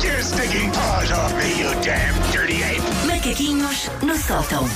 fucking paws off me, you damn dirty ape! Macaquinhos no sótão.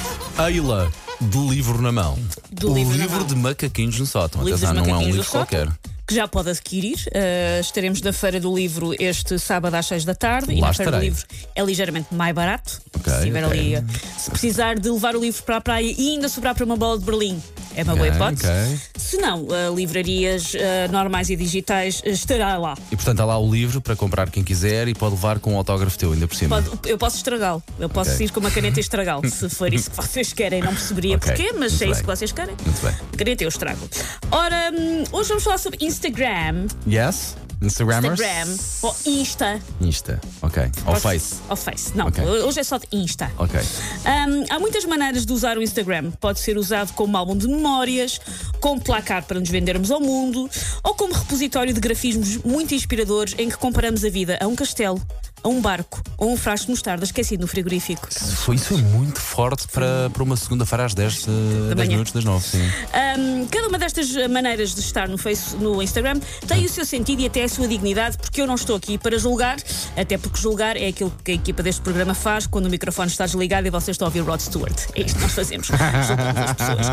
Eila, de livro na mão. Do o livro livro, na mão. de macaquinhos no sótão. Livro Atenção, dos não é um Macaquinhos livro do qualquer. Sótão, Que já pode adquirir. Uh, estaremos na Feira do Livro este sábado às 6 da tarde. e Lá na Feira do estarei. Livro é ligeiramente mais barato. Ok, se, tiver ok. ali, uh, se precisar de levar o livro para a praia e ainda sobrar para uma bola de Berlim, é uma boa Ok, hipótese. ok. Se não, uh, livrarias uh, normais e digitais uh, estará lá. E portanto há lá o livro para comprar quem quiser e pode levar com o autógrafo teu, ainda por cima. Pode- eu posso estragá-lo. Eu posso Ok. ir com uma caneta e estragá-lo, se for isso que vocês querem. Não perceberia Ok, porquê, mas muito é bem. isso que vocês querem. Muito bem. Caneta eu estrago. Ora, hum, hoje vamos falar sobre Instagram. Yes? Instagrammers? Instagram ou Insta. Insta. Ok. Ou Face. Ou Face. Não, Ok. hoje é só de Insta. Ok. Ahm, há muitas maneiras de usar o Instagram. Pode ser usado como álbum de memórias, como placar para nos vendermos ao mundo, ou como repositório de grafismos muito inspiradores em que comparamos a vida a um castelo, a um barco ou um frasco de mostarda esquecido no frigorífico. Foi isso é muito forte para, para uma segunda-feira às 10, de, 10 manhã. minutos das 9, sim. Ahm, cada uma destas eh, maneiras de estar no, face, no Instagram tem o seu sentido e até a sua dignidade, porque eu não estou aqui para julgar, até porque julgar é aquilo que a equipa deste programa faz quando o microfone está desligado e vocês estão a ouvir Rod Stewart. É isto que nós fazemos. Julgamos as pessoas.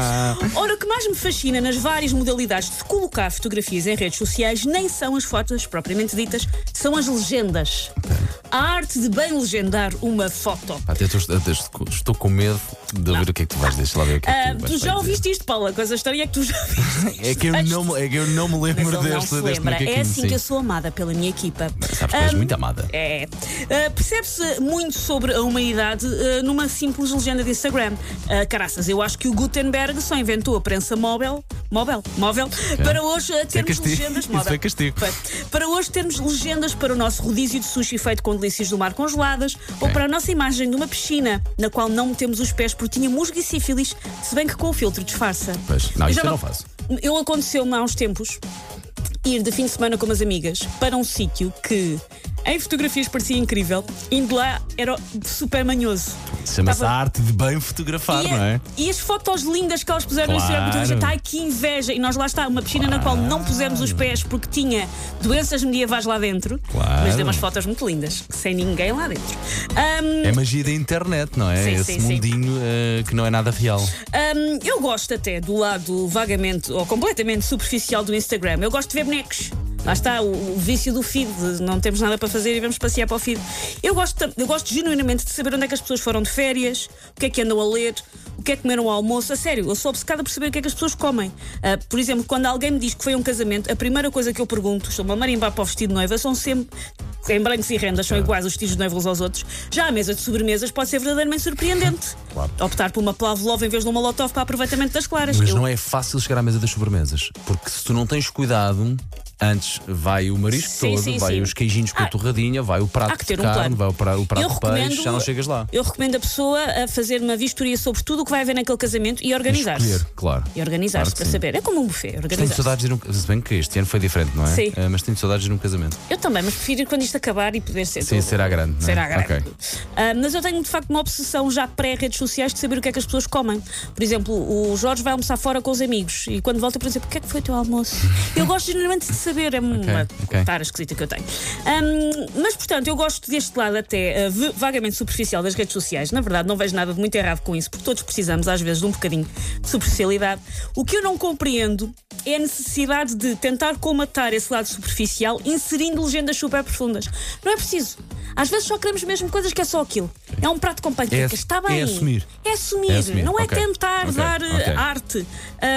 Ora, o que mais me fascina nas várias modalidades de colocar fotografias em redes sociais nem são as fotos propriamente ditas, são as legendas. A arte de bem legendar uma foto. Pá, até estou, até estou- estou com medo de ouvir o que é que tu vais deixar lá ver o que é Ah, que tu, vais tu já dizer. ouviste isto, Paula? Coisa estranha é que tu já ouviste. É que, eu isto. não, me- é que eu não me Mas lembro ele não deste, se deste lembra. macaquinho. É assim sim. que eu sou amada pela minha equipa. Sabes que és Ahm, muito amada. É. Ah, Percebe-se muito sobre a humanidade ah, numa simples legenda de Instagram. Ah, caraças, eu acho que o Gutenberg só inventou a prensa móvel. Móvel, móvel. Para hoje ah, termos castigo. legendas Isso móvel. é castigo. Foi. Para hoje termos legendas para o nosso rodízio de sushi feito com delícias do mar congeladas ou para a nossa imagem de uma piscina na qual não metemos os pés porque tinha musgo e sífilis, se bem que com o filtro disfarça. Pois, não, Eu isso já eu não faço. Eu aconteceu-me há uns tempos ir de fim de semana com umas amigas para um sítio que em fotografias parecia incrível, indo lá era super manhoso. Chama-se Tava- a arte de bem fotografar, E, não é? e as fotos lindas que elas puseram no Instagram, muita Claro. gente, ai que inveja! E nós lá está, uma piscina na qual não pusemos os pés porque tinha doenças medievais lá dentro, Claro. mas deu umas fotos muito lindas, sem ninguém lá dentro. Ahm, É magia da internet, não é? Hum. Sim, Esse sim, sim. mundinho eh, que não é nada real. Hum, eu gosto até do lado vagamente ou completamente superficial do Instagram. Eu gosto de ver bonecos. Lá está o, o vício do feed, de não temos nada para fazer e vamos passear para o feed. Eu gosto, tam- eu gosto genuinamente de saber onde é que as pessoas foram de férias, o que é que andam a ler, o que é que comeram ao almoço. A sério, eu sou obcecada por saber o que é que as pessoas comem. Ah, por exemplo, quando alguém me diz que foi a um casamento, a primeira coisa que eu pergunto, estou-me a marimbar para o vestido de noiva, são sempre. Em brancos e rendas Ah. são iguais os vestidos de noiva uns aos outros. Já a mesa de sobremesas pode ser verdadeiramente surpreendente. Claro. Optar por uma Pavlova em vez de uma Molotov para aproveitamento das claras. Mas Eu- não é fácil chegar à mesa das sobremesas, porque se tu não tens cuidado, antes vai o marisco Sim, todo, sim, vai sim. os queijinhos com Ah, a torradinha, vai o Há prato de que ter um carne, plano. vai o, pra- o prato Eu de peixe, recomendo- já não chegas lá. Eu recomendo a pessoa a fazer uma vistoria sobre tudo o que vai haver naquele casamento e organizar-se. Escolher, claro. E Claro organizar-se que para sim. saber. É como um buffet, Tenho organizar saudades de ir um, se bem que este ano foi diferente, não é? Sim. Eh, mas tenho saudades de ir um casamento. Eu também, mas prefiro ir quando isto acabar e poder ser. Sim, tudo. será grande. não é? Será grave. Ok. Ah, mas eu tenho de facto uma obsessão já pré-redes sociais de saber o que é que as pessoas comem. Por exemplo, o Jorge vai almoçar fora com os amigos e quando volta para dizer porque é que foi o teu almoço. Eu gosto geralmente de saber, é uma ok. tara esquisita que eu tenho. Ahm, mas portanto, eu gosto deste lado até ah, v- vagamente superficial das redes sociais. Na verdade, não vejo nada de muito errado com isso, porque todos precisamos às vezes de um bocadinho de superficialidade. O que eu não compreendo é a necessidade de tentar comatar esse lado superficial inserindo legendas super profundas. Não é preciso. Às vezes só queremos mesmo coisas que é só aquilo. É um prato com panquecas, É- está é bem. assumir. É assumir, É assumir, não é ok. tentar Ok, dar eh, ok. arte.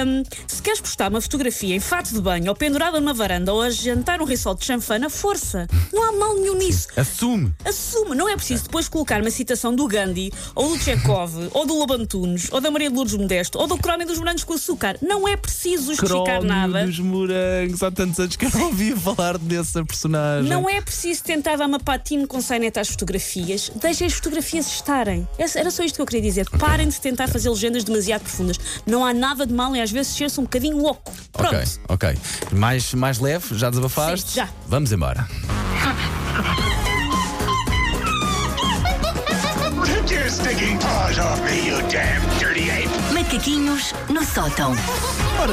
Hum, se queres postar uma fotografia em fato de banho ou pendurada numa varanda ou a jantar um risol de chanfana, força. Não há mal nenhum nisso. Assume! Assume, não é preciso depois colocar uma citação do Gandhi, ou do Chekhov, ou do Lobo Antunes, ou da Maria de Lourdes Modesto, ou do Crónio dos Morangos com Açúcar. Não é preciso justificar nada. dos morangos, há tantos anos que eu não ouvi falar dessa personagem. Não é preciso tentar dar uma patina com sainete às fotografias. Deixem as fotografias estarem. Essa- Era só isto que eu queria dizer. Parem de tentar fazer legendas demasiado profundas. Não há nada de mal em às vezes ser-se um bocadinho louco. Pronto. Ok, ok. Mais, mais leve, já desabafaste? Sim, já. Vamos embora. Take your stinking paws off me, you damn dirty ape! Macaquinhos no sótão.